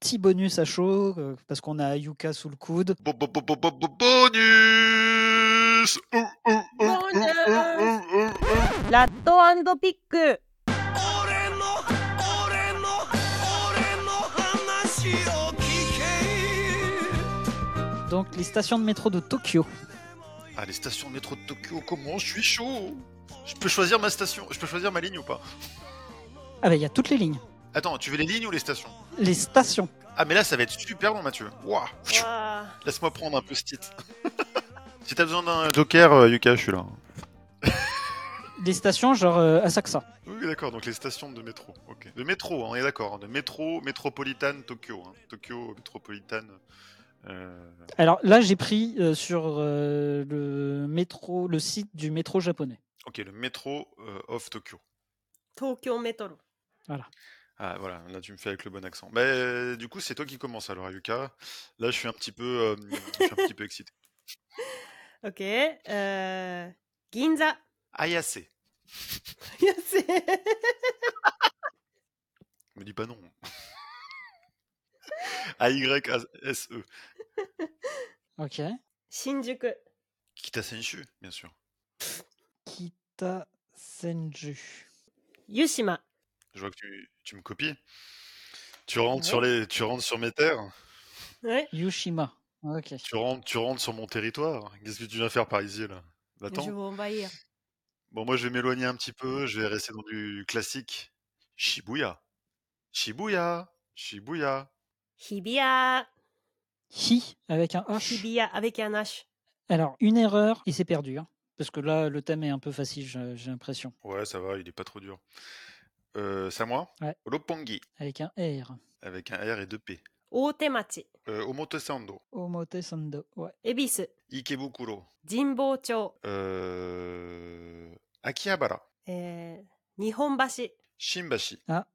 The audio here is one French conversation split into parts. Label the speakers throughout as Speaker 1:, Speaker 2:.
Speaker 1: petit bonus à chaud, euh, parce qu'on a Yuka sous le coude.
Speaker 2: Bo- bo- bo- bo- bo- bo- Bonus Oh, Ouh, ouh, ouh, ouh, ouh, ouh, ouh, ouh.
Speaker 3: ラットピック
Speaker 1: Donc, les stations de métro de Tokyo.
Speaker 2: Ah, les stations de métro de Tokyo, comment je suis chaud Je peux choisir ma station, je peux choisir ma ligne ou pas
Speaker 1: Ah, bah, il y a toutes les lignes.
Speaker 2: Attends, tu veux les lignes ou les stations
Speaker 1: Les stations.
Speaker 2: Ah, mais là, ça va être super long, Mathieu. Waouh Laisse-moi prendre un post-it. si t'as besoin d'un joker, euh, Yuka, je suis là.
Speaker 1: Les stations, genre euh, Asakusa.
Speaker 2: Oui, d'accord, donc les stations de métro. Ok. De métro, hein, on est d'accord. hein, de métro, métropolitane, Tokyo. hein. Tokyo, métropolitane. euh,
Speaker 1: Alors là, j'ai pris euh, sur euh, le métro, le site du métro japonais.
Speaker 2: Ok, le métro euh, of Tokyo.
Speaker 3: 東京メトロ
Speaker 2: Ah voilà, là tu me fais avec le bon accent. Mais euh, du coup, c'est toi qui commence alors, Yuka. Là, je suis un petit peu, euh, je suis un petit peu excité.
Speaker 3: OK えー銀座
Speaker 2: Ayase.
Speaker 3: Il y a- c'est-
Speaker 2: Me dis pas non. A Y S E.
Speaker 1: Ok.
Speaker 3: 新宿
Speaker 2: Kita Senshu, bien sûr.
Speaker 1: Kita Senju.
Speaker 3: 湯島
Speaker 2: Je vois que tu, tu me copies. Tu rentres sur les, tu rentres sur mes terres.
Speaker 3: はい
Speaker 1: Yushima. Ok.
Speaker 2: Tu rentres, tu rentres sur mon territoire. Qu'est-ce que tu viens faire par ici là Va-t'en.
Speaker 3: Je vais envahir.
Speaker 2: Bon, moi, je vais m'éloigner un petit peu. Je vais rester dans du classique. Shibuya. Shibuya. Shibuya.
Speaker 3: 日比谷
Speaker 1: Hi avec un H.
Speaker 3: 日比谷 avec un H
Speaker 1: Alors, une erreur et c'est perdu. hein. Parce que là, le thème est un peu facile, j'ai j'ai l'impression.
Speaker 2: Ouais, ça va. Il est pas trop dur. Euh, c'est à moi.
Speaker 1: Ouais.
Speaker 2: Olopongi
Speaker 1: Avec un R.
Speaker 2: avec un R et deux P.
Speaker 3: 大手町
Speaker 2: Euh, Omotesando.
Speaker 1: Omote Sando. Ouais.
Speaker 3: 恵比寿
Speaker 2: Ikebukuro.
Speaker 3: 神保町、
Speaker 2: Euh, Akihabara,
Speaker 3: えー日本橋
Speaker 2: Shimbashi.
Speaker 1: Ah.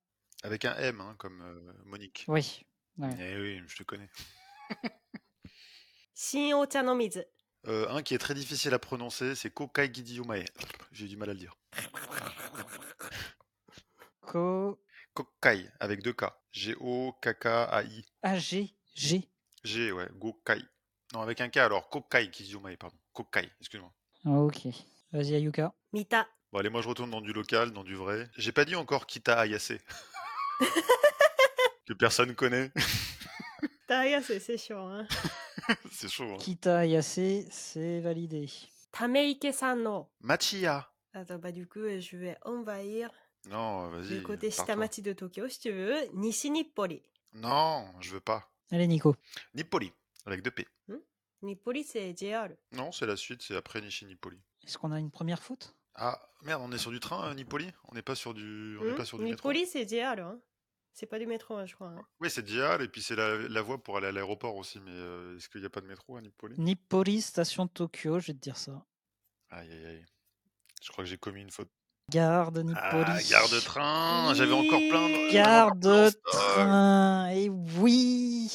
Speaker 2: Avec un M, hein, comme euh, Monique.
Speaker 1: Oui. Ouais.
Speaker 2: Eh oui, je te connais.
Speaker 3: 新お茶の水
Speaker 2: Euh, un qui est très difficile à prononcer, c'est Kokai Gidiumae. J'ai du mal à le dire.
Speaker 1: Ko.
Speaker 2: Kokai, avec deux K. G-O-K-K-A-I.
Speaker 1: A G. G.
Speaker 2: G, ouais, Gokai. Non, avec un K alors, Kokai Gidiumae, pardon. Kokai, excuse-moi.
Speaker 1: Ok. Vas-y, Ayuka.
Speaker 3: 三田
Speaker 2: Bon, allez, moi je retourne dans du local, dans du vrai. J'ai pas dit encore Kita Ayase. que personne connaît.
Speaker 3: ダイヤスセッション
Speaker 2: c'est chaud. Hein.
Speaker 1: Kita Yase, c'est validé.
Speaker 3: ため池さんの
Speaker 2: Machiya.
Speaker 3: Attends, bah du coup, euh, je vais envahir
Speaker 2: Non, vas-y.
Speaker 3: le côté
Speaker 2: pars-toi.
Speaker 3: Shitamachi de Tokyo, si tu veux. Nishi-Nippoli.
Speaker 2: Non, je veux pas.
Speaker 1: Allez, Nico.
Speaker 2: Nippoli, avec deux P.
Speaker 3: Nippoli, c'est JR.
Speaker 2: Non, c'est la suite, c'est après Nishi Nippoli.
Speaker 1: Est-ce qu'on a une première faute
Speaker 2: Ah, merde, on est sur du train, euh, Nippoli On n'est pas sur du, on n'est
Speaker 3: Hmm
Speaker 2: pas sur du métro
Speaker 3: Nippoli, c'est JR. hein. C'est pas du métro, hein, je crois. hein.
Speaker 2: Oui, c'est Dial, et puis c'est la, la voie pour aller à l'aéroport aussi, mais euh, est-ce qu'il n'y a pas de métro à Nippoli
Speaker 1: Nippori, station Tokyo, je vais te dire ça.
Speaker 2: Aïe, aïe, aïe. Je crois que j'ai commis une faute.
Speaker 1: Garde Nippoli.
Speaker 2: Ah, gare de train J'avais encore plein de... j'avais
Speaker 1: Gare
Speaker 2: encore plein
Speaker 1: de
Speaker 2: de stock.
Speaker 1: train. Et oui.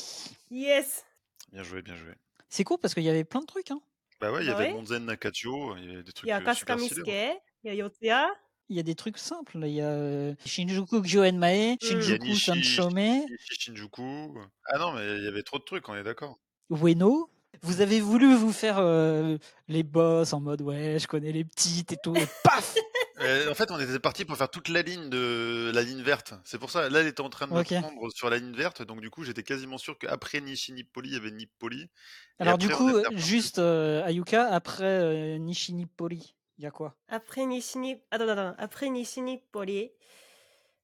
Speaker 3: Yes
Speaker 2: Bien joué, bien joué.
Speaker 1: C'est cool parce qu'il y avait plein de trucs. hein.
Speaker 2: Bah ouais, il y
Speaker 3: Bah
Speaker 2: avait
Speaker 3: ouais.
Speaker 2: Monzen Nakacho, il y avait des trucs
Speaker 3: Il y a
Speaker 2: euh, super stylés.
Speaker 3: Kasukamiske, il y a Yotsuya.
Speaker 1: Il y a des trucs simples. Il y a euh, Shinjuku Gyoenmae, Shinjuku
Speaker 2: Mm. Yanishi.
Speaker 1: Sanchome,
Speaker 2: Shinjuku... Ah non, mais il y avait trop de trucs, on est d'accord.
Speaker 1: Ueno. Vous avez voulu vous faire euh, les boss en mode ouais, je connais les petites et tout. Et paf
Speaker 2: Euh, en fait, on était parti pour faire toute la ligne de la ligne verte. C'est pour ça. Là, elle était en train de me
Speaker 1: Ok.
Speaker 2: prendre sur la ligne verte, donc du coup, j'étais quasiment sûr qu'après Nishi Nippoli, il y avait Nippoli.
Speaker 1: Alors du
Speaker 2: après, on
Speaker 1: coup,
Speaker 2: est reparti.
Speaker 1: juste euh, Ayuka après euh, Nishinipori. Il y a quoi
Speaker 3: Après Nishi-Ni... Attends, attends, attends. Après Nishi-Nippoli,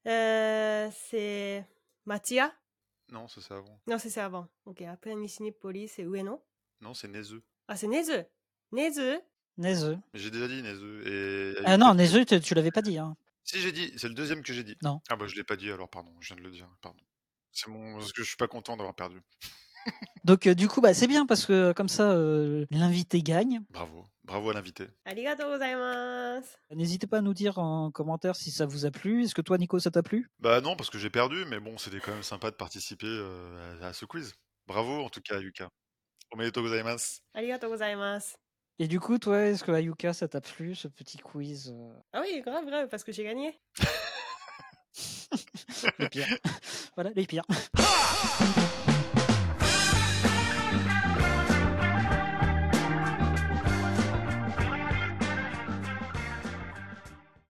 Speaker 3: euh, c'est Machiya.
Speaker 2: Non, c'est ça avant.
Speaker 3: Non, c'est ça avant. Ok, après Nishi-Nippoli, c'est Ueno.
Speaker 2: Non, c'est Nezu.
Speaker 3: Ah, c'est Nezu. Nezu.
Speaker 1: Nezu.
Speaker 2: Mais J'ai déjà dit Nezu. Et...
Speaker 1: Ah non, Nezu, tu, tu l'avais pas dit. Hein.
Speaker 2: Si j'ai dit, c'est le deuxième que j'ai dit.
Speaker 1: Non.
Speaker 2: Ah bah je l'ai pas dit alors, pardon. Je viens de le dire. Pardon. C'est mon parce que je suis pas content d'avoir perdu.
Speaker 1: Donc euh, du coup, bah c'est bien parce que euh, comme ça, euh, l'invité gagne.
Speaker 2: Bravo, bravo à l'invité.
Speaker 3: Arigato gozaimasu.
Speaker 1: N'hésitez pas à nous dire en commentaire si ça vous a plu. Est-ce que toi, Nico, ça t'a plu
Speaker 2: Bah non, parce que j'ai perdu, mais bon, c'était quand même sympa de participer euh, à à ce quiz. Bravo en tout cas, Yuka. Omedetou gozaimasu.
Speaker 3: ありがとうございます。
Speaker 1: Et du coup, toi, est-ce que Ayuka, ça t'a plu ce petit quiz euh,
Speaker 3: Ah oui, grave, grave, parce que j'ai gagné.
Speaker 1: Les pires. voilà, les pires.